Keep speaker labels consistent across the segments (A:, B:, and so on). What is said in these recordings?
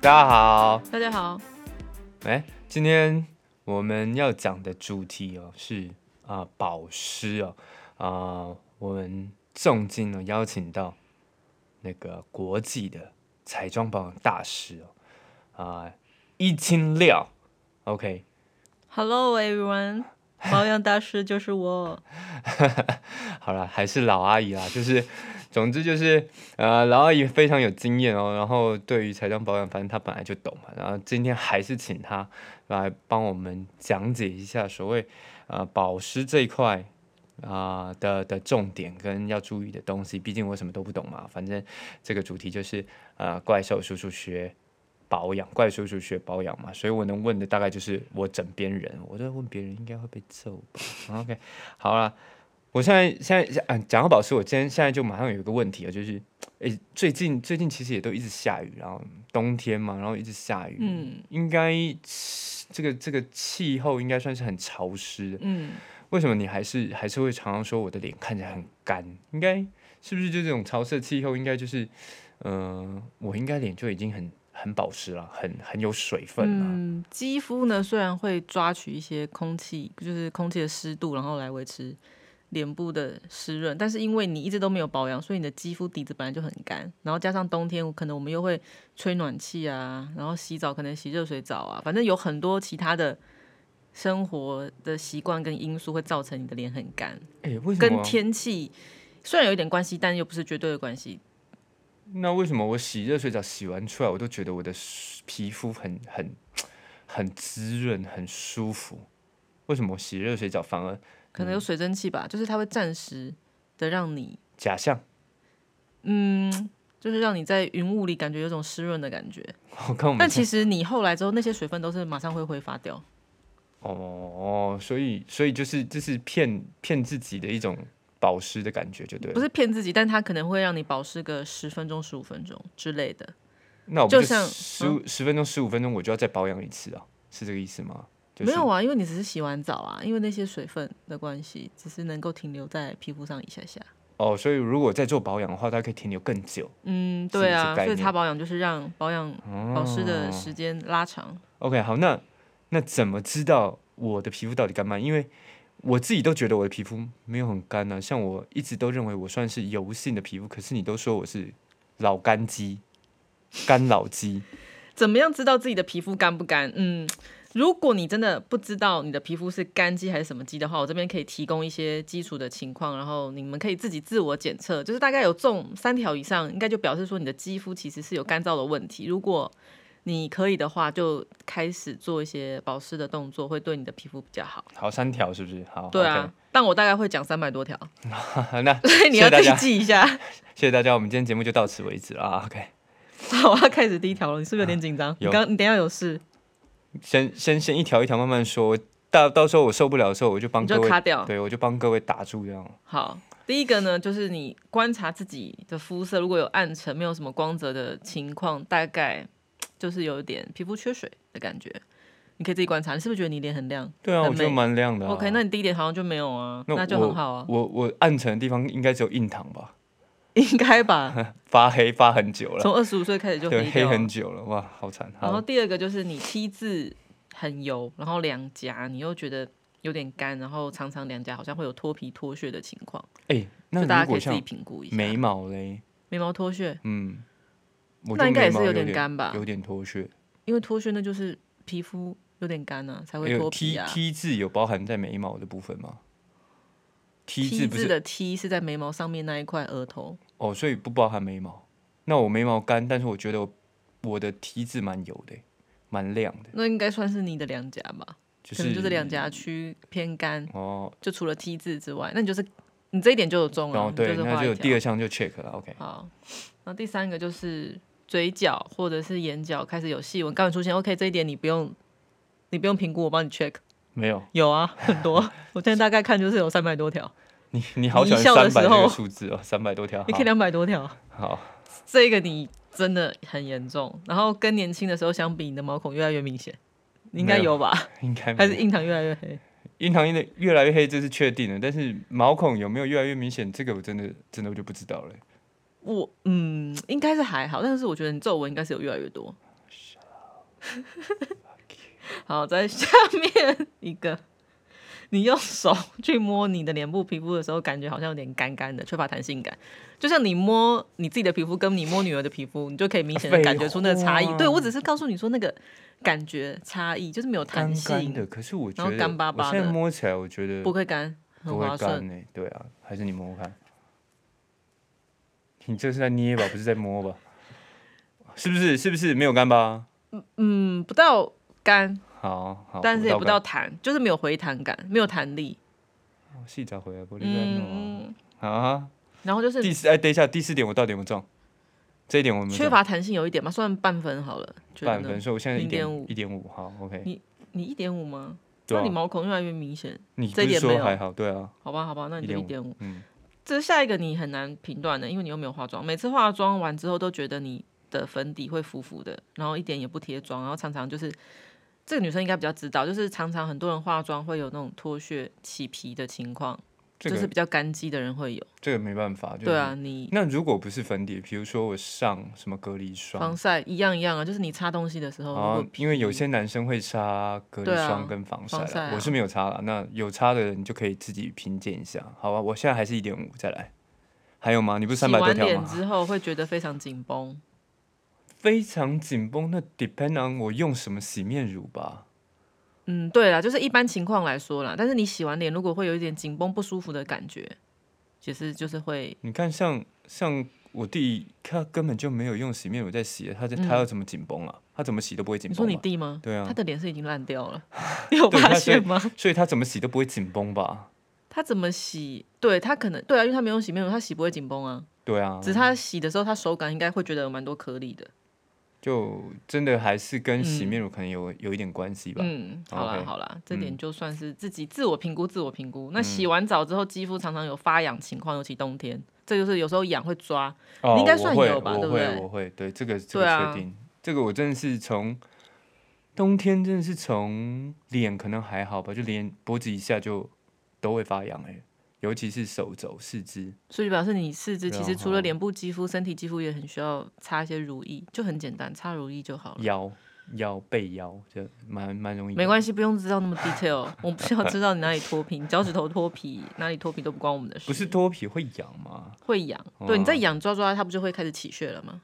A: 大家好，
B: 大家好，
A: 哎，今天我们要讲的主题哦是啊、呃保湿哦啊、呃我们重金哦邀请到那个国际的彩妆保养大师哦啊、一清料，OK，
B: Hello everyone，保养大师就是我。
A: 好了，还是老阿姨啦，就是，总之就是，呃，老阿姨非常有经验哦，然后对于彩妆保养，反正她本来就懂嘛，然后今天还是请她来帮我们讲解一下所谓呃保湿这一块啊、的的重点跟要注意的东西，毕竟我什么都不懂嘛，反正这个主题就是呃怪兽叔叔学。保养，怪叔叔学保养嘛，所以我能问的大概就是我枕边人，我在问别人应该会被揍吧 ？OK，好啦，我现在现在嗯，讲到保湿，我今天现在就马上有一个问题啊，就是，诶，最近最近其实也都一直下雨，然后冬天嘛，然后一直下雨，
B: 嗯
A: 应该气这个这个气候应该算是很潮湿的，
B: 嗯，
A: 为什么你还是还是会常常说我的脸看起来很干？应该是不是就这种潮湿的气候，应该就是，呃，我应该脸就已经很很保湿了，很很有水分了。
B: 嗯，肌肤呢虽然会抓取一些空气，就是空气的湿度，然后来维持脸部的湿润，但是因为你一直都没有保养，所以你的肌肤底子本来就很干，然后加上冬天可能我们又会吹暖气啊，然后洗澡可能洗热水澡啊，反正有很多其他的生活的习惯跟因素会造成你的脸很干，
A: 诶，为什么
B: 跟
A: 啊？
B: 天气虽然有一点关系，但又不是绝对的关系。
A: 那为什么我洗热水澡洗完出来，我都觉得我的湿皮肤很很很滋润，很舒服？为什么我洗热水澡反而
B: 可能有水蒸气吧，就是它会暂时的让你，
A: 假象？
B: 就是让你在云雾里感觉有种湿润的感觉，
A: 我跟我们
B: 但其实你后来之后那些水分都是马上会挥发掉。
A: 哦，所以所以就是就是骗骗自己的一种保湿的感觉，就对了
B: 不。是骗自己，但它可能会让你保湿个十分钟、十五分钟之类的。
A: 那我
B: 就
A: 不
B: 像嗯
A: 十五十分钟、十五分钟，我就要再保养一次啊？是这个意思吗？就是、
B: 没有啊，因为你只是洗完澡啊，因为那些水分的关系，只是能够停留在皮肤上一下下。
A: 哦，所以如果再做保养的话，它可以停留更久。
B: 嗯，
A: 是不是
B: 对啊，
A: 概
B: 所以
A: 念
B: 擦保养就是让保养
A: 哦
B: 保湿的时间拉长。
A: OK，好，那那怎么知道我的皮肤到底干不干？因为我自己都觉得我的皮肤没有很干啊，像我一直都认为我算是油性的皮肤，可是你都说我是老干肌、干老肌。
B: 怎么样知道自己的皮肤干不干？嗯，如果你真的不知道你的皮肤是干肌还是什么肌的话，我这边可以提供一些基础的情况，然后你们可以自己自我检测，就是大概有中三条以上，应该就表示说你的肌肤其实是有干燥的问题。如果你可以的话，就开始做一些保湿的动作，会对你的皮肤比较好。
A: 好，三条是不是？好，
B: 对啊，但我大概会讲三百多条，
A: OK 那
B: 所 以你要
A: 谢谢大
B: 自己
A: 家
B: 记一下。
A: 谢谢大家，我们今天节目就到此为止了啊。OK。
B: 好，我要开始第一条了，你是不是有点紧张？你
A: 有
B: 刚你等一下有事，
A: 先先先一条一条慢慢说，到到时候我受不了的时候，我就帮
B: 你
A: 各
B: 就
A: 位，
B: 卡掉。
A: 对我就帮各位打住这样。
B: 好，第一个呢，就是你观察自己的肤色，如果有暗沉、没有什么光泽的情况，大概就是有一点皮肤缺水的感觉。你可以自己观察，你是不是觉得你脸很亮、
A: 对啊，
B: 很
A: 我觉得
B: 美
A: 蛮亮的、啊。
B: o k 那你第一点好像就没有啊，
A: 那
B: 那就
A: 我
B: 很好啊，
A: 我我暗沉的地方应该只有印堂吧，
B: 应该吧？
A: 发黑发很久 了，
B: 从二十五岁开始就
A: 对，
B: 黑
A: 黑
B: 掉
A: 很
B: 了。
A: 久了，哇，好惨。
B: 然后
A: 好，
B: 第二个就是你 T 字很油，然后两颊你又觉得有点干，然后常常两颊好像会有脱皮脱屑的情况，
A: 哎、
B: 就大
A: 那
B: 家
A: 如
B: 可
A: 果
B: 以自己
A: 像
B: 评估一下。
A: 眉毛嘞，
B: 眉毛脱屑，
A: 嗯，我
B: 那
A: 就
B: 应该也
A: 眉毛
B: 是有
A: 有
B: 点干吧
A: 有点脱屑，
B: 因为脱屑那就是皮肤有点干啊，才会
A: 有
B: 脱
A: 哎 T
B: 皮啊。
A: T 字有包含在眉毛的部分吗？T 字
B: T
A: 不
B: 字
A: 是
B: 的 T 是在眉毛上面那一块额头，
A: 哦，所以不包含眉毛。那我眉毛干，但是我觉得我我的 T 字蛮油的，蛮亮的，
B: 那应该算是你的两颊吧？
A: 就
B: 可
A: 是
B: 能就是两颊区偏干，
A: 哦。
B: 就除了 T 字之外，那你就是你这一点就有中
A: 然后
B: 了，你
A: 哦对，
B: 是
A: 那
B: 画
A: 就
B: 一
A: 有第
B: 条。
A: 二项就 check 了，OK。
B: 好，然后第三个就是嘴角或者是眼角开始有细纹，刚才出现。OK，这一点你不用你不用评估，我帮你 check。
A: 没有，
B: 有啊，很多， 我现在大概看就是有三百多条，
A: 你你好喜欢
B: 你一笑
A: 三
B: 的
A: 百这
B: 时候
A: 个数字哦，三百多条。
B: 你可以
A: 好
B: 两百多条。
A: 好，
B: 这个你真的很严重。然后跟年轻的时候相比，你的毛孔越来越明显，你应该有吧？
A: 应该没
B: 还
A: 有
B: 是印堂越来越黑？
A: 印堂越越来越黑，这是确定的。但是毛孔有没有越来越明显，这个我真的真的我就不知道了。
B: 我嗯，应该是还好，但是我觉得你皱纹应该是有越来越多。好，在下面一个，你用手去摸你的脸部皮肤的时候，感觉好像有点干干的，缺乏弹性感。就像你摸你自己的皮肤，跟你摸女儿的皮肤，你就可以明显的感觉出那个差异
A: 废。话
B: 对我只是告诉你说那个感觉差异，就是没有弹
A: 干
B: 性，
A: 干的，可是我觉
B: 然后
A: 得
B: 干巴巴
A: 我现在
B: 的
A: 摸起来，我觉得
B: 不会干，很
A: 不
B: 划
A: 会干
B: 算。
A: 呢、对啊，还是你摸摸看。你这是在捏吧，不是在摸吧？是不是？是不是没有干巴？
B: 嗯，不到干，
A: 好好，
B: 但是也不
A: 干
B: 到弹，就是没有回弹感，没有弹力。
A: 哦细找回来，玻璃在弄啊。
B: 嗯，
A: 好啊，
B: 然后就是
A: 第四哎，等一下，第四点我到底有没有中？这一点我没有
B: 缺
A: 中
B: 乏弹性有一点嘛，算半分好了。觉得
A: 半
B: 呢
A: 分，所以我现在一点
B: 0.5
A: 一点五，好，OK
B: 你。你一点五吗？
A: 对
B: 那
A: 啊
B: 你，毛孔越来越明显，
A: 你不
B: 这一
A: 是
B: 点没
A: 说
B: 有
A: 还好？对啊，
B: 好吧，好吧，那你就一点
A: 1.5
B: 五。
A: 嗯，
B: 这下一个你很难评断的，因为你又没有化妆。每次化妆完之后都觉得你的粉底会浮浮的，然后一点也不贴妆，然后常常就是这个女生应该比较知道，就是常常很多人化妆会有那种脱屑起皮的情况，
A: 这
B: 就是
A: 个
B: 比较干肌的人会有。
A: 这个没嗯办法，就是
B: 对啊，你
A: 那如果不是粉底，比如说我上什么隔离霜
B: 防晒一样一样啊，就是你擦东西的时候，如
A: 啊
B: 果，
A: 因为有些男生会擦隔离
B: 哦对啊
A: 霜跟防晒啦，
B: 防晒啊
A: 我是没有擦啦。那有擦的人就可以自己评鉴一下，好吧？我现在还是一点五，再来。还有吗？你不是
B: 洗
A: 三百多
B: 完
A: 条
B: 脸
A: 吗？
B: 之后会觉得非常紧绷，
A: 非常紧绷，那 depend on 我用什么洗面乳吧。
B: 嗯，对啦，就是一般情况来说啦，但是你洗完脸如果会有一点紧绷不舒服的感觉，其实就是会
A: 你看像，像我弟，他根本就没有用洗面乳在洗，他在、
B: 嗯
A: 他要怎么紧绷啊？他怎么洗都不会紧
B: 你
A: 绷
B: 说
A: 吧。
B: 你弟吗？
A: 对啊
B: 他的脸是已经烂掉 了，你有
A: 对
B: 发
A: 他
B: 现吗？
A: 所以他怎么洗都不会紧绷吧？
B: 他怎么洗？对他可能对啊，因为他没有洗面乳，他洗不会紧绷啊。
A: 对啊，
B: 只是他洗的时候，他手感应该会觉得有蛮多颗粒的。
A: 就真的还是跟洗
B: 嗯
A: 面乳可能有、有一点关系吧。啊
B: 嗯，好啦
A: OK 嗯
B: 好啦，这点就算是自己自我评估，自我评估。那洗完澡之后，肌肤常常有发痒情况，尤其冬天，这就是有时候痒会抓。
A: 哦，
B: 你应该算
A: 我会
B: 有吧对
A: 我
B: 不
A: 会，
B: 对
A: 我会，对这个这
B: 对
A: 个
B: 啊
A: 确定，这个我真的是从冬天真的是从脸可能还好吧，就连脖子以下就都会发痒哎、尤其是手肘、四肢。
B: 所以表示你四肢其实
A: 然
B: 除了
A: 后
B: 脸部肌肤，身体肌肤也很需要擦一些乳液，就很简单，擦乳液就好了。
A: 腰、腰、背腰，这蛮蛮容易的。
B: 没关系，不用知道那么 detail，我 不需要知道你哪里脱皮，你脚趾头脱皮，哪里脱皮都不关我们的事。
A: 不是脱皮会痒吗？
B: 会痒，
A: 哦
B: 对，你在痒抓抓，它不就会开始起屑了吗？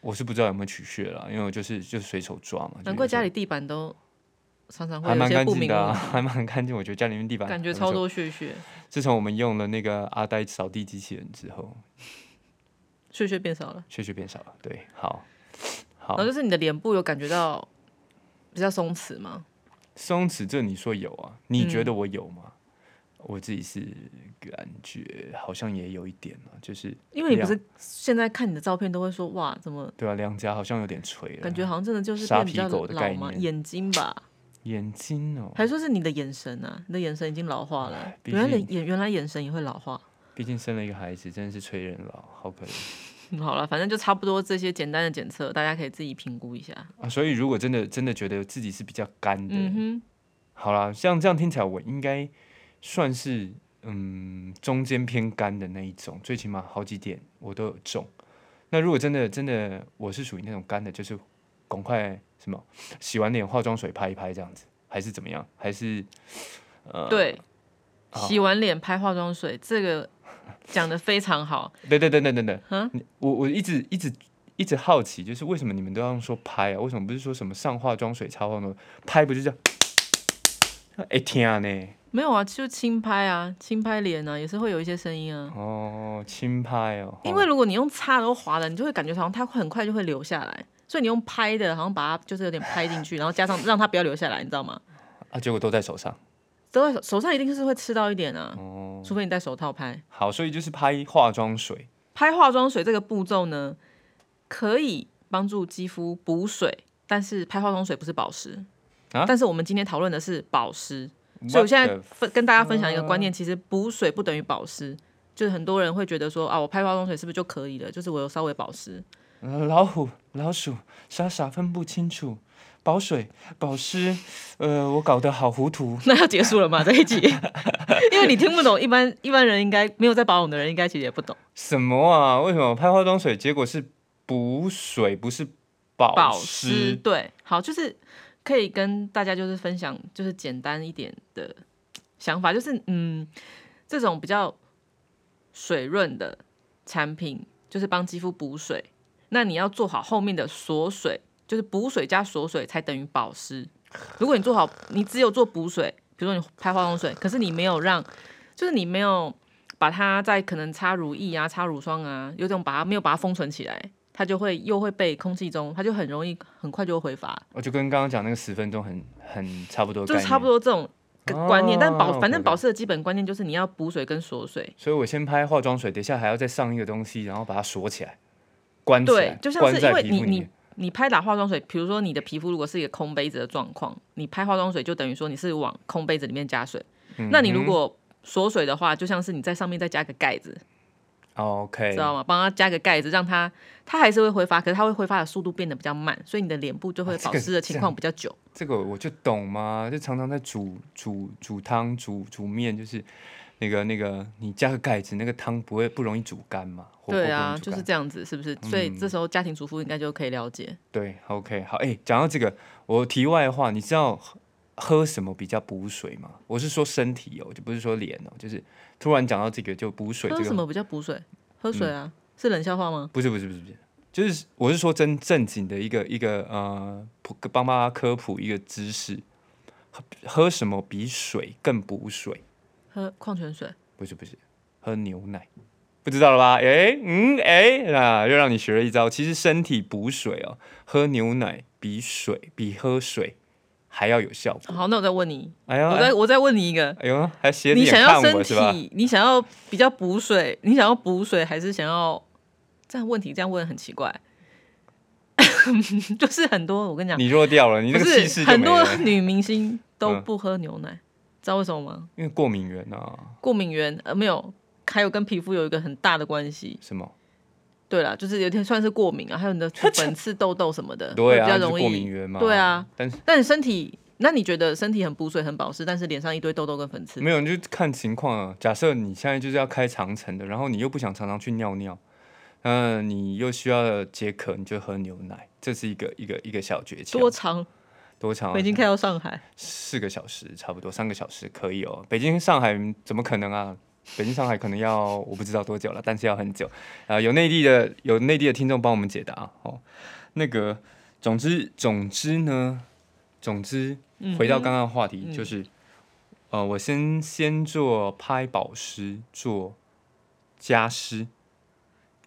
A: 我是不知道有没有取穴啦，因为我就是就随手抓嘛。就
B: 难
A: 有
B: 怪
A: 时
B: 家
A: 候
B: 里地板都常常会
A: 还
B: 有一
A: 蛮
B: 些
A: 干
B: 不
A: 净
B: 明物
A: 的、啊，还蛮干净。我觉得家里面地板
B: 感觉
A: 还不
B: 超
A: 错。
B: 多屑屑，
A: 自从我们用了那个阿呆扫地机器人之后，
B: 屑屑变少了，
A: 确实变少了。对，好，好
B: 然后。就是你的脸部有感觉到比较松弛吗？
A: 松弛，这你说有啊？你
B: 嗯
A: 觉得我有吗？我自己是感觉好像也有一点啊，就是
B: 因为你不
A: 两
B: 是现在看你的照片都会说哇，怎么
A: 对啊，两颊好像有点垂了，
B: 感觉好像真的就是
A: 沙
B: 变
A: 皮
B: 比较
A: 狗的概
B: 老吗？
A: 念
B: 眼睛吧，
A: 眼睛哦，
B: 还说是你的眼神啊，你的眼神已经老化了
A: 哎，毕
B: 原来
A: 竟
B: 眼原来眼神也会老化。
A: 毕竟生了一个孩子，真的是催人老，好可怜
B: 嗯好了，反正就差不多这些简单的检测，大家可以自己评估一下。
A: 啊。所以如果真的真的觉得自己是比较干的，
B: 嗯
A: 好啦，像这样听起来，我应该算是嗯中间偏干的那一种，最起码好几点我都有中。那如果真的真的我是属于那种干的，就是赶快什么洗完脸化妆水拍一拍这样子，还是怎么样？还是呃
B: 哼，对，
A: 好
B: 洗完脸拍化妆水，这个讲的非常好。
A: 对对对对对对，
B: 嗯
A: 你我我一直一直一直好奇，就是为什么你们都要用说拍啊？为什么不是说什么上化妆水、擦化妆水？拍不就这样？哎天啊呢！
B: 没有啊，就轻拍啊，轻拍脸啊，也是会有一些声音啊。
A: 哦，轻拍哦，
B: 因为如果你用擦的或划的，你就会感觉好像它很快就会流下来，所以你用拍的，好像把它就是有点拍进去，然后加上让它不要流下来，你知道吗？
A: 啊，结果都在手上。
B: 都在手手上一定是会吃到一点啊，
A: 哦，
B: 除非你戴手套拍。
A: 好，所以就是拍化妆水，
B: 拍化妆水这个步骤呢，可以帮助肌肤补水，但是拍化妆水不是保湿。
A: 啊
B: 但是我们今天讨论的是保湿，所以我现在
A: What the-
B: 分跟大家分享一个观念，其实补水不等于保湿。就是很多人会觉得说啊，我拍化妆水是不是就可以了？就是我有稍微保湿，
A: 呃老虎、老鼠傻傻分不清楚，保水、保湿，呃，我搞得好糊涂。
B: 那要结束了吗？这一集， 因为你听不懂，一般一般人应该没有在保养的人，应该其实也不懂。
A: 什么啊？为什么拍化妆水结果是补水，不是保
B: 保湿，对，好，就是可以跟大家就是分享，就是简单一点的想法，就是嗯，这种比较水润的产品，就是帮肌肤补水。那你要做好后面的锁水，就是补水加锁水才等于保湿。如果你做好，你只有做补水，比如说你拍化妆水，可是你没有让，就是你没有把它在可能擦乳液啊、擦乳霜啊，有种把它没有把它封存起来，它就会又会被空气中，它就很容易很快就会挥发，
A: 我就跟刚刚讲那个十分钟很很差不多的
B: 就
A: 概
B: 是
A: 念，
B: 差不。多这种观念。但保
A: 哦
B: 反正
A: OK，OK
B: 保湿的基本观念就是你要补水跟锁水。
A: 所以我先拍化妆水，等一下还要再上一个东西，然后把它锁起来，关起来
B: 对，，就像
A: 关
B: 是
A: 在
B: 因为
A: 皮
B: 你
A: 肤里
B: 你
A: 面。
B: 你拍打化妆水，比如说你的皮肤如果是一个空杯子的状况，你拍化妆水就等于说你是往空杯子里面加水。
A: 嗯
B: 那你如果锁水的话，就像是你在上面再加个盖子，
A: 哦 OK，
B: 知道吗？帮它加个盖子，让它它还是会挥发，可是它会挥发的速度变得比较慢，所以你的脸部就会
A: 啊这
B: 保
A: 个
B: 湿的
A: 这
B: 情
A: 样
B: 况比较久。
A: 这个我就懂嘛，就常常在煮煮煮汤、煮煮面，就是那个那个，你加个盖子，那个汤不会不容易煮干嘛？火锅
B: 对
A: 不容
B: 啊，
A: 易煮嗯
B: 就是
A: 干
B: 这样子，是不是？所以这时候家庭主妇应该就可以了解。
A: 对。OK，好，哎、讲到这个，我题外话，你知道喝喝什么比较补水吗？我是说身体哦，就不是说脸哦，就是突然讲到这个就补水
B: 喝
A: 这
B: 什
A: 个，嗯
B: 么比较补水？喝水啊，是冷笑话吗？
A: 不是不是不是不是，就是我是说真正经的一个一个呃，普帮大家科普一个知识，喝喝什么比水更补水？
B: 喝矿泉水。
A: 不是不是，喝牛奶，不知道了吧？诶，嗯，诶，那又让你学了一招。其实身体补水哦，喝牛奶比水比喝水还要有效果。
B: 好，那我再问你，
A: 嗯哎呦，
B: 我再我再问你一个，
A: 哎呦，还斜着
B: 你
A: 眼
B: 想要
A: 看
B: 身
A: 我是吧？
B: 体，你想要比较补水，你想要补水还是想要？这样问题这样问很奇怪， 就是很多我跟你讲，
A: 你弱掉了，你这
B: 啊不
A: 个气势
B: 是
A: 就
B: 很
A: 没
B: 多
A: 了，嗯
B: 女明星都不喝牛奶，知道为什么吗？
A: 因为过敏源啊，
B: 过敏源呃没有，还有跟皮肤有一个很大的关系。
A: 什么？
B: 对啦，就是有点算是过敏啊，还有你的粉刺、痘痘什么的，
A: 对
B: 会比
A: 啊，就
B: 较
A: 是
B: 容
A: 过敏
B: 易。
A: 源嘛。
B: 对啊，
A: 但是
B: 但你身体，那你觉得身体很补水、很保湿，但是脸上一堆痘痘跟粉刺，
A: 没有，你就看情况啊。假设你现在就是要开长程的，然后你又不想常常去尿尿。嗯，你又需要解渴，你就喝牛奶，这是一个一个一个小诀窍。
B: 多长？
A: 多长啊？
B: 北京开到上海。
A: 四个小时，差不多三个小时可以哦。北京、上海嗯怎么可能啊？北京、上海可能要我不知道多久了，但是要很久。啊、有内地的有内地的听众帮我们解答哦。那个，总之总之呢，总之回到刚刚的话题，
B: 嗯
A: 就是呃，我先先做拍保湿，做加湿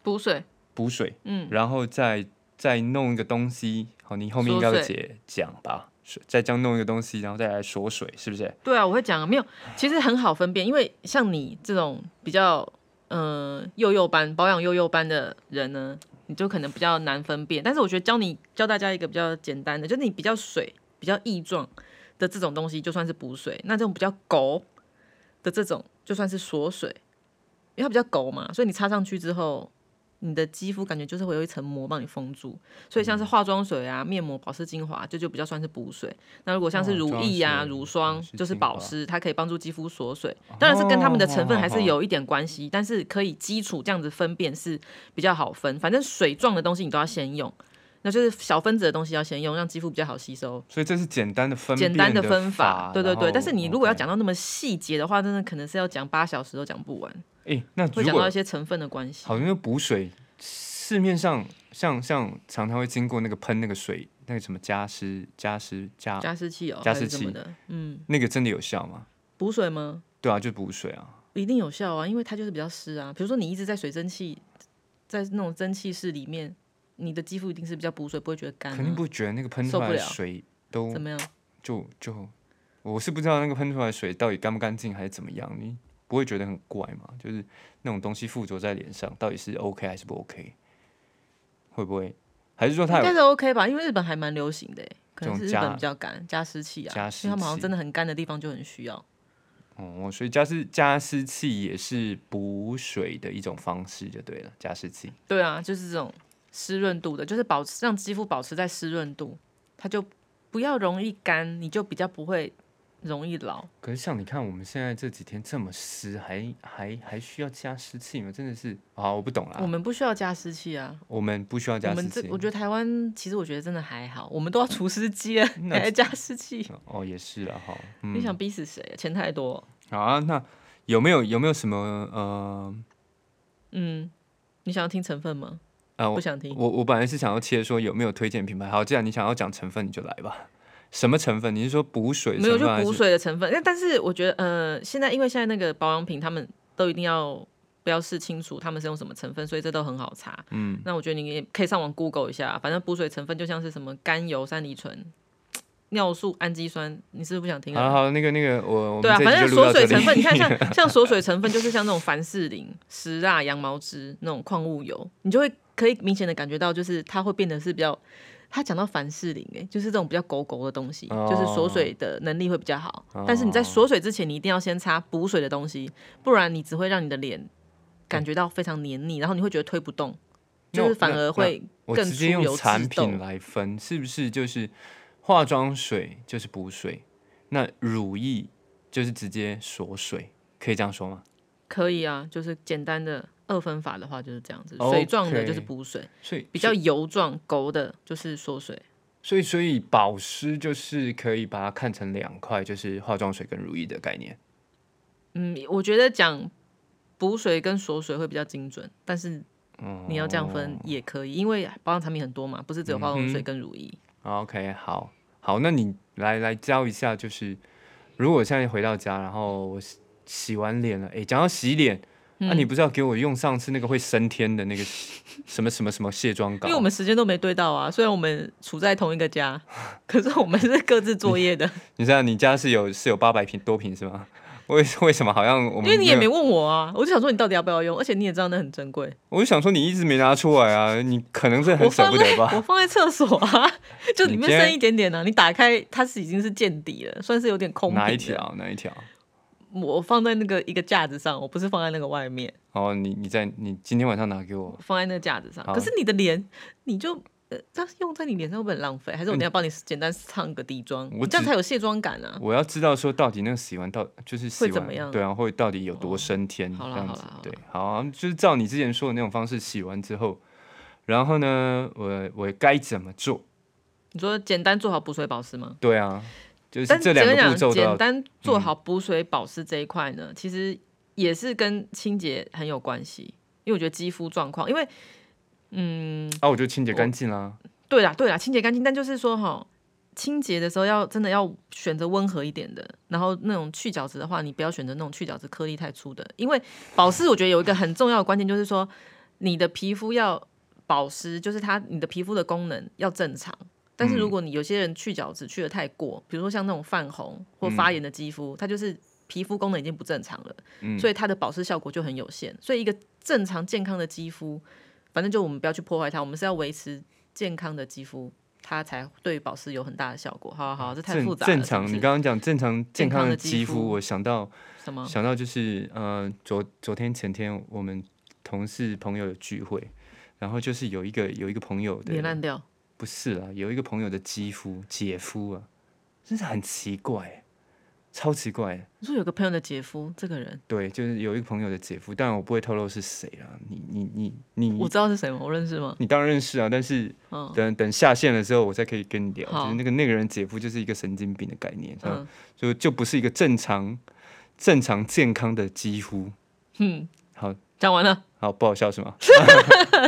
B: 补水，
A: 补水，
B: 嗯，
A: 然后再再弄一个东西。好，你后面应该会
B: 锁
A: 解讲吧？水再这样弄一个东西，然后再来锁水，是不是？
B: 对啊，我会讲啊，没有，其实很好分辨，因为像你这种比较呃幼幼班保养幼幼班的人呢，你就可能比较难分辨。但是我觉得教你教大家一个比较简单的，就是你比较水、比较异状的这种东西，就算是补水；那这种比较狗的这种，就算是锁水，因为它比较狗嘛，所以你擦上去之后。你的肌肤感觉就是会有一层膜帮你封住，所以像是化妆水啊、面膜、保湿精华，这就比较算是补水。那如果像是
A: 哦
B: 乳
A: 妆
B: 液啊、
A: 水
B: 乳
A: 保
B: 霜
A: 湿，
B: 就是
A: 精
B: 保
A: 华
B: 湿。它可以帮助肌肤锁水，当然是跟它
A: 哦
B: 们的成分还是有一点关系，但是可以基础这样子分辨是比较好分。反正水状的东西你都要先用，那就是小分子的东西要先用，让肌肤比较好吸收。
A: 所以这是简单的分
B: 简
A: 辨
B: 单的
A: 的
B: 分法，对对对。
A: 然
B: 但是
A: 后
B: 你如果要
A: OK
B: 讲到那么细节的话，真的可能是要讲八小时都讲不完，
A: 诶，那如
B: 会讲到
A: 果
B: 一些成分的关系。
A: 好像补水，市面上像像常常会经过那个喷那个水，那个什么加湿加湿加
B: 加湿器哦，
A: 加
B: 还是
A: 湿
B: 什
A: 器
B: 么的，嗯，
A: 那个真的有效吗？
B: 补水吗？
A: 对啊，就补水啊。
B: 一定有效啊，因为它就是比较湿啊。比如说你一直在水蒸气，在那种蒸汽室里面，你的肌肤一定是比较补水，不会觉得干、啊。
A: 肯定不会觉得那个喷
B: 受
A: 出
B: 不
A: 来的
B: 了
A: 水都
B: 怎么样？
A: 就就，我是不知道那个喷出来的水到底干不干净还是怎么样，你不会觉得很怪吗？就是那种东西附着在脸上，到底是 OK 还是不 OK？会不会？还是说它
B: 应
A: 有
B: 该是 OK 吧，因为日本还蛮流行的欸，可能
A: 这种
B: 是日
A: 加
B: 本比较干加湿器啊，
A: 加
B: 因为他们
A: 湿
B: 好像
A: 器
B: 真的很干的地方就很需要。
A: 哦，所以加湿加湿器也是补水的一种方式，就对了。加湿器
B: 对啊，就是这种湿润度的，就是保持让肌肤保持在湿润度，它就不要容易干，你就比较不会容易老。
A: 可是像你看，我们现在这几天这么湿，还还还需要加湿器吗？真的是啊，我不懂啦。
B: 我
A: 我们
B: 们不需要加湿器啊，
A: 不需要
B: 我
A: 加湿
B: 们这
A: 器
B: 我。觉得台湾其实我觉得真的还好，我们都要除湿机了，
A: 那
B: 还要加湿器，
A: 哦，也是了哈。嗯
B: 你，想逼死谁啊？钱太多，
A: 好啊。那有没有有没有什么呃
B: 嗯，你想要听成分吗？
A: 呃，
B: 不
A: 我
B: 想听。
A: 我我本来是想要切说有没有推荐品牌。好，既然你想要讲成分，你就来吧。什么成分？你是说补水
B: 没有
A: 成
B: 就
A: 分还
B: 补
A: 是？
B: 水的成分。那但是我觉得，呃，现在因为现在那个保养品，他们都一定要标示清楚他们是用什么成分，所以这都很好查。
A: 嗯，
B: 那我觉得你也可以上网 Google 一下，反正补水成分就像是什么甘油三乙醇、尿素、氨基酸，你是不是不想听
A: 好了
B: 啊？
A: 好了，那个那个，我我
B: 对啊，
A: 们这
B: 反
A: 一
B: 正
A: 集就录
B: 锁
A: 到
B: 水
A: 这
B: 成分，你
A: 里。
B: 看像像锁水成分就是像那种凡士林、石蜡、羊毛脂那种矿物油，你就会可以明显的感觉到，就是它会变得是比较，它讲到凡士林、欸，就是这种比较狗狗的东西，
A: 哦
B: 就是锁水的能力会比较好。但是你在锁水之前，你一定要先擦补水的东西，不然你只会让你的脸感觉到非常黏腻，然后你会觉得推不动，
A: 那
B: 就
A: 我
B: 是反
A: 那
B: 而
A: 那
B: 会
A: 我
B: 更
A: 直接
B: 出
A: 用
B: 油脂
A: 产
B: 痘
A: 品来分，是不是就是化妆水就是补水，那乳液就是直接锁水，可以这样说吗？
B: 可以啊，就是简单的二分法的话就是这样子，
A: OK
B: 水状的就是补水，
A: 所以
B: 比较油状勾的就是缩水。
A: 所以所以保湿就是可以把它看成两块，就是化妆水跟乳液的概念。
B: 嗯，我觉得讲补水跟锁水会比较精准，但是
A: 哦
B: 你要这样分也可以，因为保养产品很多嘛，不是只有
A: 嗯
B: 化妆水跟乳液。
A: OK，好好，那你来来教一下，就是如果我现在回到家，然后我洗洗完脸了，诶，讲到洗脸。那、
B: 嗯
A: 你不是要给我用上次那个会升天的那 个什么什么什么卸妆膏？
B: 因为我们时间都没对到啊，虽然我们处在同一个家， 可是我们是各自作业的，
A: 你知道你家是有是有八百平多平是吗？为为什么好像我们
B: 因为你也没
A: 有，
B: 问我啊，我就想说你到底要不要用，而且你也知道那很珍贵，
A: 我就想说你一直没拿出来啊，你可能是
B: 我
A: 很舍
B: 放
A: 不
B: 在
A: 得
B: 我
A: 吧？
B: 放在厕所啊，就里
A: 你
B: 面
A: 今天
B: 剩一点点呢、啊。你打开，它是已经是见底了，算是有点空。
A: 哪一？条哪一条？
B: 我放在那个一个架子上，我不是放在那个外面，
A: 哦，你你在你今天晚上拿给我
B: 我，放在那个架子上。
A: 好
B: 可是你的脸，你就呃，但是用在你脸上会不会很浪费？还是我等一下帮你简单上个底妆，
A: 嗯我
B: 你这样
A: 只
B: 才有卸妆感 啊。
A: 我要知道说到底那个洗完到就是洗
B: 会
A: 完
B: 怎么样哦
A: 对啊，会到底有多升天、
B: 好
A: 这
B: 啦
A: 样
B: 好
A: 子
B: 啦好啦
A: 对，好啊、就是照你之前说的那种方式洗完之后，然后呢，我我该怎么做？
B: 你说简单做好补水保湿吗？
A: 对啊，就是
B: 但
A: 这
B: 简
A: 两
B: 单
A: 个步
B: 讲，
A: 骤都
B: 简
A: 要嗯
B: 单做好补水保湿这一块呢，其实也是跟清洁很有关系，因为我觉得肌肤状况，因为嗯。
A: 啊，我就清洁干净啦。
B: 对啦，对啦，清洁干净，但就是说哈，清洁的时候要真的要选择温和一点的，然后那种去角质的话，你不要选择那种去角质颗粒太粗的，因为保湿我觉得有一个很重要的关键就是说，你的皮肤要保湿，就是它你的皮肤的功能要正常。但是如果你有些人去角质去的太过，比如说像那种泛红或发炎的肌肤，它就是皮肤功能已经不正常了，
A: 嗯
B: 所以它的保湿效果就很有限。所以一个正常健康的肌肤，反正就我们不要去破坏它，我们是要维持健康的肌肤，它才对保湿有很大的效果。好好好，这太
A: 正
B: 复杂了。
A: 正常，
B: 是不
A: 你
B: 是
A: 刚刚讲正常健
B: 健
A: 康
B: 康
A: 的
B: 的肌
A: 肌肤，
B: 肤嗯
A: 我想到
B: 什么？
A: 想到就是呃，昨昨天前天我们同事朋友有聚会，然后就是有一个有一个朋友
B: 脸
A: 的
B: 烂掉？
A: 不是啦，有一个朋友的肌肤姐夫啊，真是很奇怪，欸超奇怪。欸
B: 你说有个朋友的姐夫，这个人
A: 对，就是有一个朋友的姐夫，但我不会透露是谁啦。你你你你
B: 我知道是谁吗？我认识吗？
A: 你当然认识啊，但是
B: 嗯
A: 等等下线的时候，我再可以跟你聊。
B: 好
A: 就是那个那个人姐夫就是一个神经病的概念，他
B: 嗯，
A: 就就不是一个正常、正常健康的肌肤。
B: 嗯，
A: 好
B: 讲完了，
A: 好，不好笑是吗？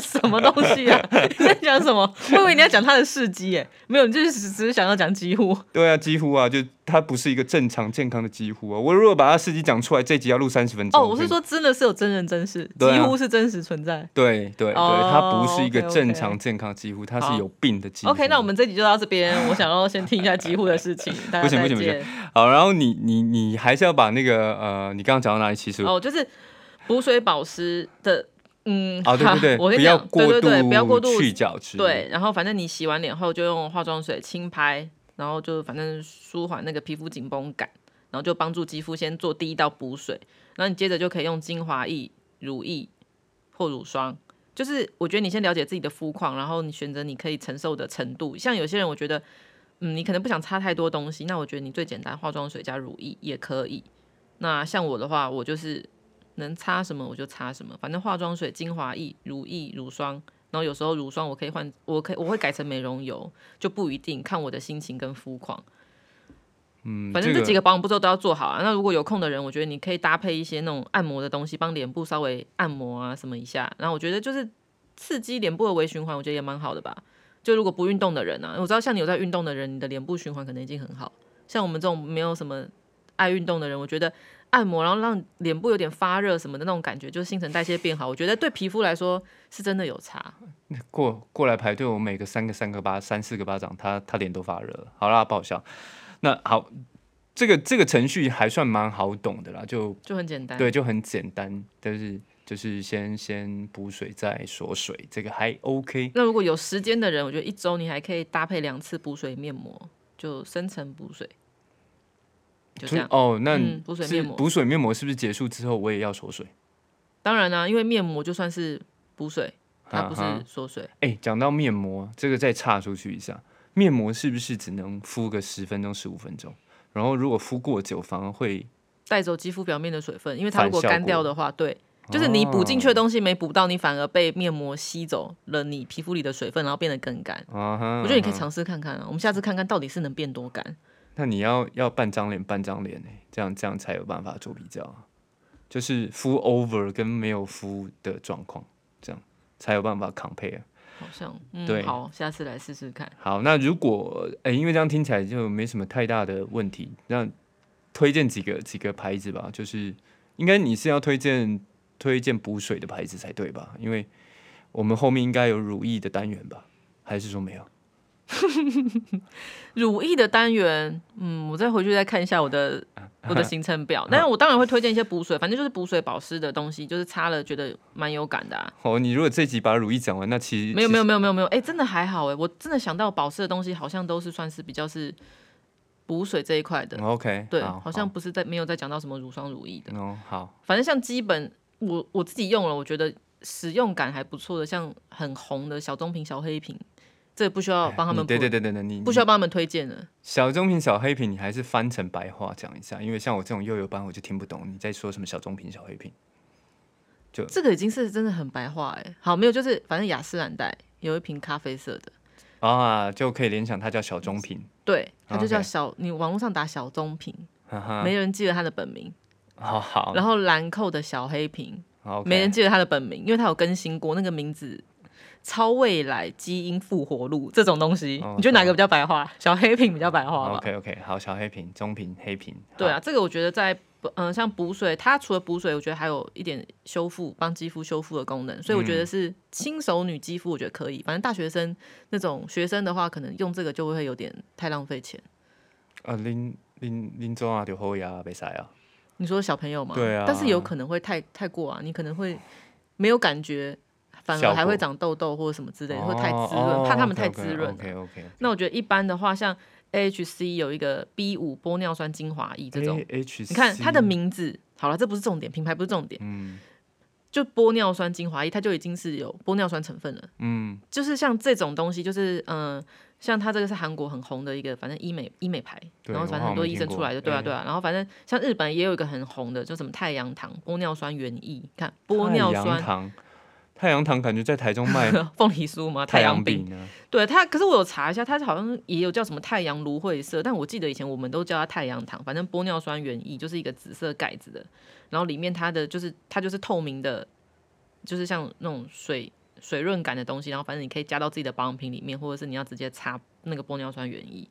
B: 什么东西啊？你在讲什么？我以为你要讲他的事迹耶，没有，你就是只只是想要讲 几乎。
A: 对啊，几乎啊，就它不是一个正常健康的几乎啊。我如果把它事迹讲出来，这集要录三十分钟。
B: 哦，我是
A: 跟你，
B: 说真的是有真人真事，
A: 对啊
B: 几乎是真实存在。
A: 对对对，
B: 哦
A: 它不是一个
B: OK，OK
A: 正常健康的几乎，它是
B: 好
A: 有病的几乎。
B: OK，那我们这集就到这边。我想要先听一下几乎的事 情，大
A: 不
B: 家
A: 行
B: 再
A: 不行不行
B: 见。
A: 好，然后你你你还是要把那个呃，你刚刚讲到哪里？其实
B: 哦，就是补水保湿的，嗯，
A: 哦，对
B: 好
A: 对对，
B: 我跟
A: 不
B: 你
A: 要
B: 讲，
A: 过
B: 对对对，
A: 度
B: 不要过度，
A: 去角质。
B: 对，然后反正你洗完脸后就用化妆水轻拍，然后就反正舒缓那个皮肤紧绷感，然后就帮助肌肤先做第一道补水，然后你接着就可以用精华液、乳液或乳霜。就是我觉得你先了解自己的肤况，然后你选择你可以承受的程度。像有些人，我觉得，嗯，你可能不想擦太多东西，那我觉得你最简单化妆水加乳液也可以。那像我的话，我就是能擦什么我就擦什么，反正化妆水、精华液、乳液、乳霜，然后有时候乳霜我可以换，我可以我会改成美容油，就不一定看我的心情跟肤况。
A: 嗯，
B: 反正
A: 这
B: 这几个保养步骤都要做好啊。那如果有空的人，我觉得你可以搭配一些那种按摩的东西，帮脸部稍微按摩啊什么一下。然后我觉得就是刺激脸部的微循环，我觉得也蛮好的吧。就如果不运动的人啊，我知道像你有在运动的人，你的脸部循环可能已经很好。像我们这种没有什么爱运动的人，我觉得按摩然后让脸部有点发热什么的那种感觉，就是新陈代谢变好，我觉得对皮肤来说是真的有差。
A: 过过来排队，我每个三个三个巴三四个巴掌，他他脸都发热了。好啦，不好笑。那好，这个这个程序还算蛮好懂的啦，就
B: 就很简单。
A: 对，就很简单，但是就是先先补水再锁水，这个还 OK。
B: 那如果有时间的人，我觉得一周你还可以搭配两次补水面膜，就深层补水，就这
A: 就
B: 样。
A: 哦，那
B: 嗯补水
A: 是
B: 面膜
A: 补水面膜是不是结束之后我也要锁水？
B: 当然啦、啊因为面膜就算是补水，它不是
A: 啊哈
B: 锁水。
A: 哎，讲到面膜，这个再岔出去一下，面膜是不是只能敷个十分钟、十五分钟？然后如果敷过久，反而会
B: 带走肌肤表面的水分，因为它如果
A: 反效果哦
B: 干掉的话，对，就是你补进去的东西没补到，你反而被面膜吸走了你皮肤里的水分，然后变得更干。
A: 啊哈，
B: 我觉得你可以
A: 啊哈
B: 尝试看看啊，我们下次看看到底是能变多干。
A: 那你要要半张脸半张脸呢，这样这样才有办法做比较啊，就是敷 over 跟没有敷的状况，这样才有办法 compare。
B: 好像，嗯，
A: 对
B: 好，下次来试试看。
A: 好，那如果哎、因为这样听起来就没什么太大的问题，那推荐几个几个牌子吧，就是应该你是要推荐推荐补水的牌子才对吧？因为我们后面应该有乳液的单元吧，还是说没有？
B: 乳液的单元，嗯，我再回去再看一下 我的我的行程表。但是我当然会推荐一些补水，反正就是补水保湿的东西，就是擦了觉得蛮有感的、啊。
A: 哦，你如果这集把乳液讲完，那其实
B: 没有没
A: 有
B: 有没有没有没有，哎、真的还好哎、我真的想到保湿的东西好像都是算是比较是补水这一块的，
A: OK
B: 对，
A: 嗯好
B: 好像不是在没有在讲到什么乳霜乳液的。
A: 好哦好
B: 反正像基本我我自己用了，我觉得使用感还不错的，像很红的小棕瓶、小黑瓶，这不需要帮他们
A: 你嗯对
B: 补
A: 对对对对，你
B: 不需要帮他们推荐了。
A: 小棕瓶、小黑瓶，你还是翻成白话讲一下，因为像我这种幼幼班，我就听不懂你在说什么小棕瓶、小黑瓶。
B: 这个已经是真的很白话哎、好，没有，就是反正雅诗兰黛有一瓶咖啡色的，
A: 啊，就可以联想它叫小棕瓶，
B: 对，它就叫
A: 啊 OK 啊
B: 小你网络上打小棕瓶，
A: 哈哈，
B: 没人记得它的本名。
A: 好好，
B: 然后兰蔻的小黑瓶，
A: 好，OK，
B: 没人记得它的本名，因为它有更新过那个名字。超未来基因复活录这种东西，
A: 哦
B: 你觉得哪个比较白话？小黑瓶比较白话吧。
A: OK OK，好，小黑瓶、棕瓶、黑瓶，
B: 对啊，这个我觉得在嗯、像补水，它除了补水，我觉得还有一点修复，帮肌肤修复的功能，所以我觉
A: 嗯
B: 得是轻熟女肌肤，我觉得可以。反正大学生那种学生的话，可能用这个就会有点太浪费钱。
A: 好，啊，拎拎拎中啊，就后牙被塞啊，
B: 你说小朋友嘛，
A: 对啊
B: 但是有可能会太太过啊，你可能会没有感觉，反
A: 效
B: 而
A: 果
B: 还会长痘痘或者什么之类的，会太滋润，
A: 哦
B: 怕他们太滋润。
A: OK OK，
B: 那我觉得一般的话，像 AHC 有一个 B 五玻尿酸精华液这
A: 哎
B: 种，
A: H，
B: 你看它的，名字，好了，这不是重点，品牌不是重点。
A: 嗯
B: 就玻尿酸精华液，它就已经是有玻尿酸成分了。
A: 嗯，
B: 就是像这种东西，就是嗯、呃像它这个是韩国很红的一个，反正医美医美牌，
A: 对
B: 然后反正很多医生出来的，
A: 我好像
B: 对啊
A: 没听过嗯
B: 对啊。然后反正像日本也有一个很红的，就什么太阳糖玻尿酸原液，你看玻
A: 太
B: 尿
A: 阳
B: 酸
A: 糖，太阳糖感觉在台中卖
B: 凤梨酥嘛，
A: 太
B: 太
A: 阳
B: 阳饼。
A: 饼啊呢，
B: 对它，可是我有查一下，它好像也有叫什么太阳芦荟色，但我记得以前我们都叫它太阳糖。反正玻尿酸原液就是一个紫色盖子的，然后里面它的就是它就是透明的，就是像那种水水润感的东西。然后反正你可以加到自己的保养品里面，或者是你要直接擦那个玻尿酸原液。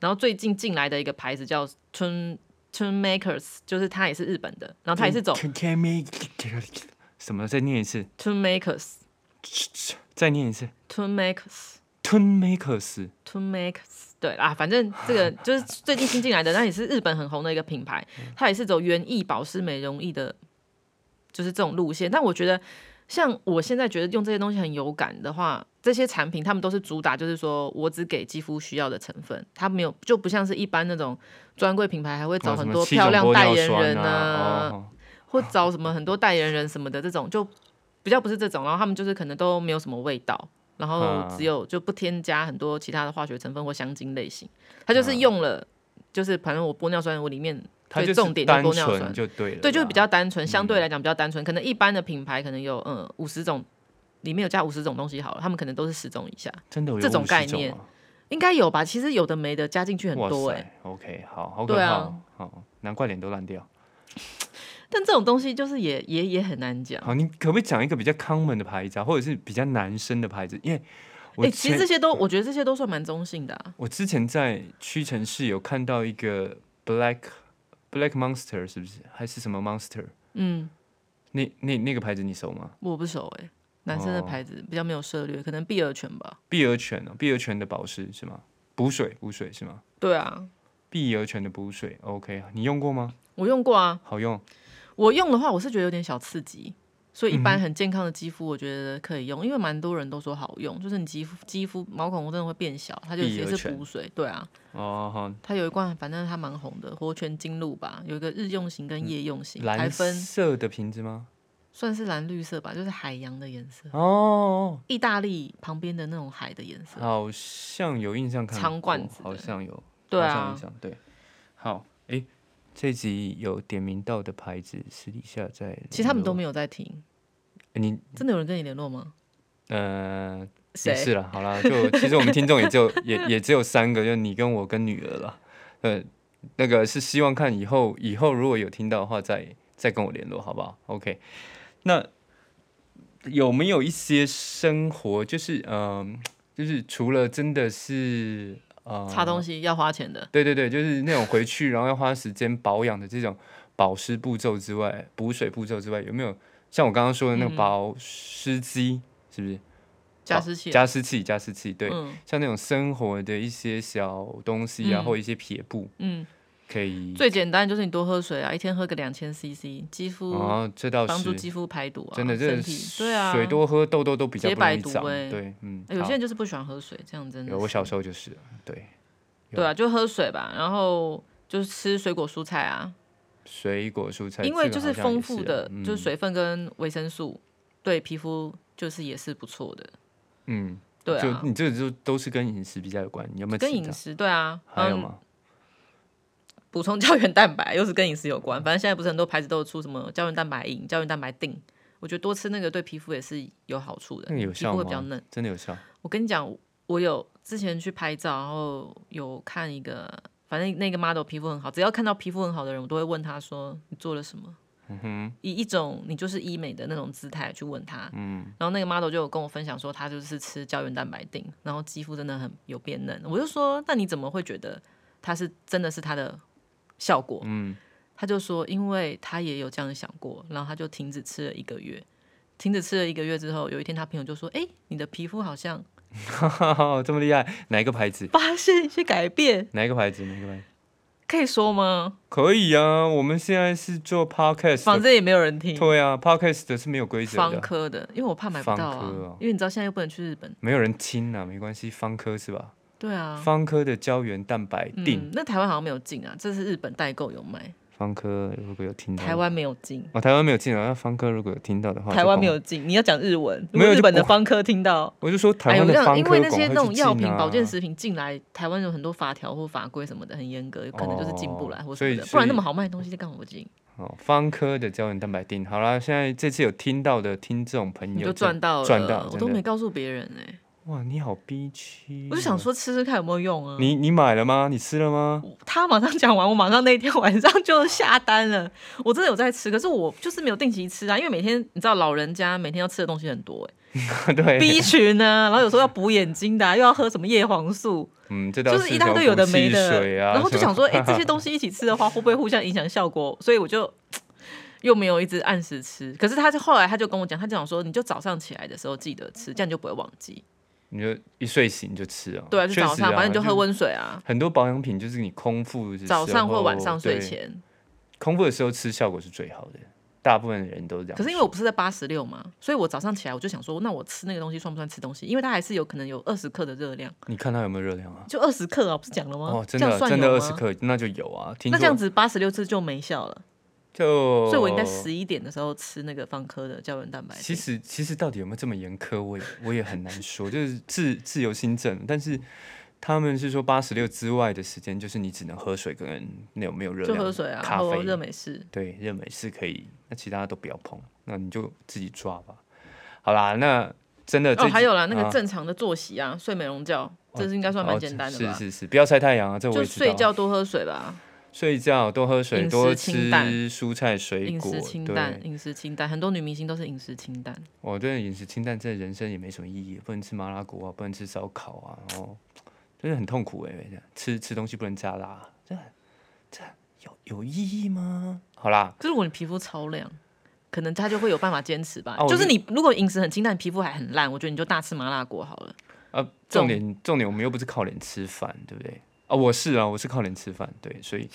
B: 然后最近进来的一个牌子叫春春 Makers，就是它也是日本的，然后它也是
A: 嗯
B: 走
A: 什么？再念一次，
B: Tun Makers
A: 再念一次。
B: Tun Makers。
A: Tun Makers，
B: To Make 对啊，反正这个就是最近新进来的，那也是日本很红的一个品牌，
A: 嗯
B: 它也是走园艺保湿美容液的，就是这种路线。但我觉得，像我现在觉得用这些东西很有感的话，这些产品他们都是主打，就是说我只给肌肤需要的成分，它没有就不像是一般那种专柜品牌还会找
A: 哦什
B: 很
A: 么
B: 多
A: 七
B: 漂
A: 种
B: 亮
A: 玻
B: 代
A: 尿
B: 言
A: 酸
B: 人
A: 啊，
B: 啊，
A: 哦
B: 或找什么很多代言人什么的这种，就比较不是这种。然后他们就是可能都没有什么味道，然后
A: 啊
B: 只有就不添加很多其他的化学成分或香精类型，
A: 啊
B: 它就是用了，就是反正我玻尿酸我里面
A: 它
B: 对
A: 就是
B: 重点就
A: 单
B: 玻尿酸
A: 纯，就对了啦，
B: 对，就是比较单纯，相对
A: 嗯
B: 来讲比较单纯，可能一般的品牌可能有嗯五十种，里面有加五十种东西好了，他们可能都是十种以下，
A: 真的有
B: 这种
A: 50
B: 概
A: 啊
B: 念应该有吧？其实有的没的加进去很
A: 哇
B: 多哎、
A: 塞，OK，好好可
B: 对
A: 怕
B: 啊
A: 哦，好，难怪脸都烂掉。
B: 但这种东西就是也也也很难讲。
A: 好，你可不可以讲一个比较 common 的牌子啊，或者是比较男生的牌子？因为我
B: 哎、其实
A: 前嗯
B: 这些都，我觉得这些都算蛮中性的、啊。
A: 我之前在屈臣氏有看到一个 Black Black Monster，是不是还是什么 Monster？
B: 嗯，
A: 那那那个牌子你熟吗？
B: 我不熟哎、男生的
A: 哦
B: 牌子比较没有涉略，可能碧尔泉吧。
A: 碧螺泉哦，碧螺泉的保湿是吗？补水补水是吗？
B: 对啊，
A: 碧螺泉的补水，OK，你用过吗？
B: 我用过啊。
A: 好用，
B: 我用的话，我是觉得有点小刺激，所以一
A: 嗯
B: 般很健康的肌肤，我觉得可以用，因为蛮多人都说好用，就是你肌肤肌肤毛孔真的会变小，它就
A: 碧
B: 也
A: 尔
B: 是
A: 泉
B: 补水。对啊，
A: 哦好，
B: 它有一罐，反正它蛮红的，活泉精露吧，有一个日用型跟夜用型，
A: 嗯
B: 还
A: 蓝
B: 分
A: 色的瓶子吗？
B: 算是蓝绿色吧，就是海洋的颜色，
A: 哦，
B: 意大利旁边的那种海的颜色。
A: 好像有印象看过，
B: 长罐子的
A: 好像有，
B: 对
A: 好像有
B: 啊
A: 印，象对。好，诶，这集有点名到的牌子，私底下在联络，
B: 其实他们都没有在听。
A: 诶你
B: 真的有人跟你联络吗？
A: 呃也是了，好啦，就其实我们听众也就也也只有 三个，就你跟我跟女儿了，呃，那个是希望看以后以后如果有听到的话再再跟我联络，好不好？OK，那有没有一些生活就是嗯、呃就是除了真的是呃
B: 擦东西要花钱的，
A: 对对对，就是那种回去然后要花时间保养的这种保湿步骤之外，补水步骤之外，有没有像我刚刚说的那个保湿机，是不是？
B: 嗯加
A: 保
B: 湿器。
A: 加湿器，加湿器，哦对，
B: 嗯
A: 像那种生活的一些小东西啊，
B: 嗯
A: 或一些撇步，
B: 嗯，
A: 可以。
B: 最简单就是你多喝水啊，一天喝个两千 CC，肌肤
A: 哦，这倒
B: 帮助
A: 是
B: 肌肤排毒啊，
A: 真的，这
B: 身体对啊，
A: 水多喝痘痘都比较
B: 解
A: 不容
B: 百
A: 易
B: 毒
A: 长。
B: 欸
A: 对，嗯，
B: 哎有
A: 好
B: 些人就是不喜欢喝水，这样真的
A: 有我
B: 是
A: 小时候就是，对，有
B: 对啊，就喝水吧，然后就是吃水果蔬菜啊，
A: 水果蔬菜，
B: 因为
A: 这个
B: 就是
A: 好像也
B: 丰富
A: 是
B: 的
A: 嗯、
B: 就是水分跟维生素，对皮肤就是也是不错的。
A: 嗯，
B: 对啊
A: 就，你这个就都是跟饮食比较有关，你有没有
B: 跟
A: 其
B: 饮
A: 他
B: 食对啊，
A: 还有
B: 嗯，
A: 吗？
B: 补充胶原蛋白又是跟饮食有关，反正现在不是很多牌子都有出什么胶原蛋白饮、胶原蛋白锭，我觉得多吃那个对皮肤也是有好处的，
A: 那个有
B: 皮肤
A: 效
B: 会比较
A: 吗
B: 嫩。？
A: 真的有效？
B: 我跟你讲，我有之前去拍照，然后有看一个，反正那个 model 皮肤很好，只要看到皮肤很好的人，我都会问他说你做了什么。以一种你就是医美的那种姿态去问他，嗯，然后那个 model 就有跟我分享说，他就是吃胶原蛋白锭，然后肌肤真的很有变嫩。我就说，那你怎么会觉得它是真的是它的效果？
A: 嗯，
B: 他就说，因为他也有这样想过，然后他就停止吃了一个月。停止吃了一个月之后，有一天他朋友就说：“哎、你的皮肤好像
A: 这么厉害，哪一个牌子？
B: 发现一些改变，
A: 哪一个牌子？哪一个牌子？
B: 可以说吗？
A: 可以啊，我们现在是做 podcast，
B: 反
A: 的
B: 正也没有人听。
A: 对啊，podcast 是没有规则
B: 方
A: 的，
B: 科的，因为我怕买不
A: 方
B: 到
A: 科
B: 啊
A: 哦，
B: 因为你知道现在又不能去日本。
A: 没有人听啊，没关系，方科是吧？
B: 对啊，
A: 方科的胶原蛋白锭，
B: 嗯，那台湾好像没有进啊，这是日本代购有卖，
A: 方科如果有听到，
B: 台湾没有进，
A: 哦，台湾没有进啊，那方科如果有听到的话，
B: 台湾没
A: 就
B: 有进。你要讲日文，
A: 没
B: 如果
A: 有就
B: 日本的
A: 不
B: 方科听到，哎
A: 帮我，我就说台湾的
B: 这样，
A: 方
B: 因
A: 科
B: 为那
A: 广
B: 些
A: 告
B: 那
A: 就
B: 种药品、
A: 进啊
B: 保健食品进来，台湾有很多法条或法规什么的，很严格，有可能就是进不来或什么
A: 哦所
B: 的
A: 以，
B: 不然
A: 所以
B: 那么好卖的东西，在干嘛不进？
A: 哦，方科的胶原蛋白锭。好啦，现在这次有听到的听众朋友
B: 你就赚到了，
A: 赚到，
B: 我
A: 真
B: 都
A: 的
B: 没告诉别人哎，
A: 哇，你好逼啊气！
B: 我就想，说吃吃看有没有用啊。
A: 你你买了吗？你吃了吗？
B: 他马上讲完，我马上那天晚上就下单了。 我真的有在吃，可是我就是没有定期吃啊，因为每天你知道老人家每天要吃的东西很多、 欸、
A: 对，
B: ，B 群呢、然后有时候要补眼睛 的啊、又要喝什么叶黄素，
A: 嗯，这倒
B: 就是一大堆有的没
A: 什么
B: 的。
A: 补气水啊，
B: 然后就
A: 什么
B: 想说，哎、这些东西一起吃的话，会不会互相影响效果？所以我就嗯又没有一直按时吃。可是他就后来他就跟我讲，他就讲说，你就早上起来的时候记得吃，这样你就不会忘记。
A: 你就一睡醒就吃啊。
B: 对啊，就
A: 确
B: 早
A: 实
B: 上，
A: 啊
B: 反正你就喝。温水啊，
A: 很多保养品就是你空腹的时候
B: 早上或晚上睡，
A: 对
B: 前。
A: 空腹的时候吃效果是最好的，大部分人都这样。
B: 可是因为我不是在八十六嘛，所以我早上起来我就想说，那我吃那个东西算不算吃东西？因为它还是有可能有二十克的热量，
A: 你看它有没有热量啊？
B: 就二十克啊，不是讲了吗？
A: 哦，真
B: 这
A: 的
B: 样算
A: 真的
B: 有
A: 二
B: 吗
A: 十克，那就有啊。听
B: 那这样
A: 说哦
B: 子八十六次就没效了。
A: 就
B: 所以我应该十一点的时候吃那个方科的胶原蛋白。
A: 其实其实到底有没有这么严苛，我也我也很难说，就是自自由新政，但是他们是说八十六之外的时间，就是你只能喝水跟那有没有热
B: 就
A: 量，
B: 喝水啊，
A: 咖
B: 喝
A: 啡
B: 热美式。
A: 对，热美式可以，那其他都不要碰，那你就自己抓吧。好啦，那真的
B: 哦，
A: 这
B: 还有啦，那
A: 啊
B: 个正常的作息啊，睡美容觉，这是应该算蛮
A: 哦
B: 简单的
A: 是
B: 吧？
A: 是是，不要晒太阳啊，这我
B: 就
A: 也知道。
B: 睡觉多喝水吧，
A: 睡觉多喝水，
B: 饮食
A: 多
B: 清
A: 吃
B: 淡
A: 蔬菜水
B: 饮
A: 果
B: 食。清淡，
A: 对，
B: 饮食清淡，很多女明星都是饮食清淡。
A: 我对哦饮食清淡，这人生也没什么意义，不能吃麻辣锅啊，不能吃烧烤啊，然后真的很痛苦哎、吃吃东西不能加辣，啊这这有有意义吗？好啦，
B: 可是如果你皮肤超亮，可能她就会有办法坚持吧。
A: 啊我
B: 就是
A: 就
B: 你如果饮食很清淡，皮肤还很烂，我觉得你就大吃麻辣锅好了。
A: 啊，重点重点，我们又不是靠脸吃饭，对不对？啊，我是啊，我是靠脸吃饭，对，所以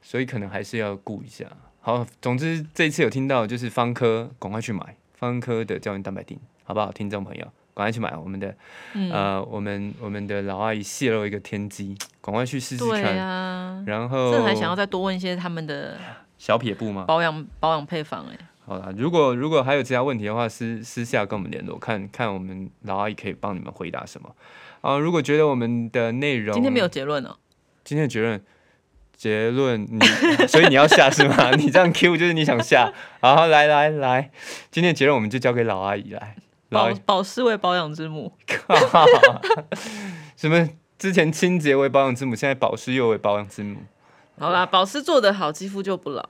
A: 所以可能还是要顾一下。好，总之这一次有听到就是方科，赶快去买方科的胶原蛋白锭，好不好？听众朋友，赶快去买我们的、
B: 嗯
A: 呃，我们我们的老阿姨泄露一个天机，赶快去试试
B: 对
A: 看。
B: 呀、
A: 然后
B: 这还想要再多问一些他们的
A: 小撇步吗？
B: 保养保养配方哎、
A: 好啦，如果如果还有其他问题的话，私私下跟我们联络，看看我们老阿姨可以帮你们回答什么。啊、如果觉得我们的内容
B: 今天没有结论哦、
A: 今天的结论，结论你， 所以你要下是吗？你这样 Q 就是你想下。好，来来来，今天的结论我们就交给老阿姨来。老阿
B: 保
A: 姨
B: 保湿为保养之母，
A: 靠， 什么之前清洁为保养之母，现在保湿又为保养之母。
B: 好啦，保湿做得好，肌肤就不老。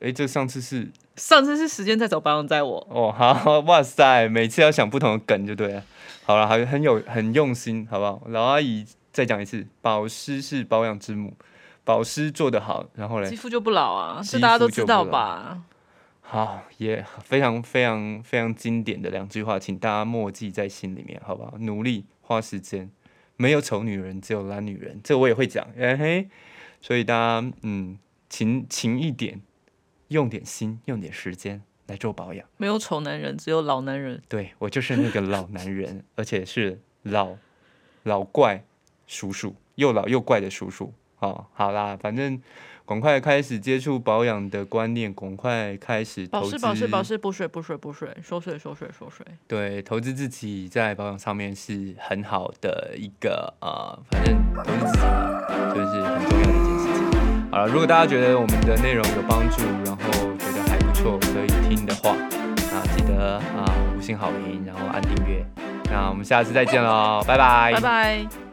A: 诶，这上次是
B: 上次是时间在走，保养在我。
A: 哦，好， 哇塞，每次要想不同的梗就对了。好了，还很有很用心，好不好？老阿姨再讲一次，保湿是保养之母，保湿做得好，然后嘞
B: 肌，肤就不老啊，
A: 肌
B: 这大家都
A: 肤就
B: 知道
A: 不老
B: 吧？
A: 好，也非常非常非常经典的两句话，请大家默记在心里面，好不好？努力花时间，没有丑女人，只有懒女人，这我也会讲，哎嘿。所以大家嗯，勤勤一点，用点心，用点时间来做保养。
B: 没有丑男人，只有老男人。
A: 对我就是那个老男人，而且是老老怪叔叔，又老又怪的叔叔。哦，好啦，反正赶快开始接触保养的观念，赶快开始投
B: 保
A: 资
B: 湿，保湿，保湿，补水，补水，补水，收水，收水，收水。
A: 对，投资自己在保养上面是很好的一个呃，反正投资自己嘛，就是很重要的一件事情。好了，如果大家觉得我们的内容有帮助，然后觉得还不错，可以听的话，啊，记得啊、五星好评，然后按订阅。那我们下次再见喽，拜拜，
B: 拜拜。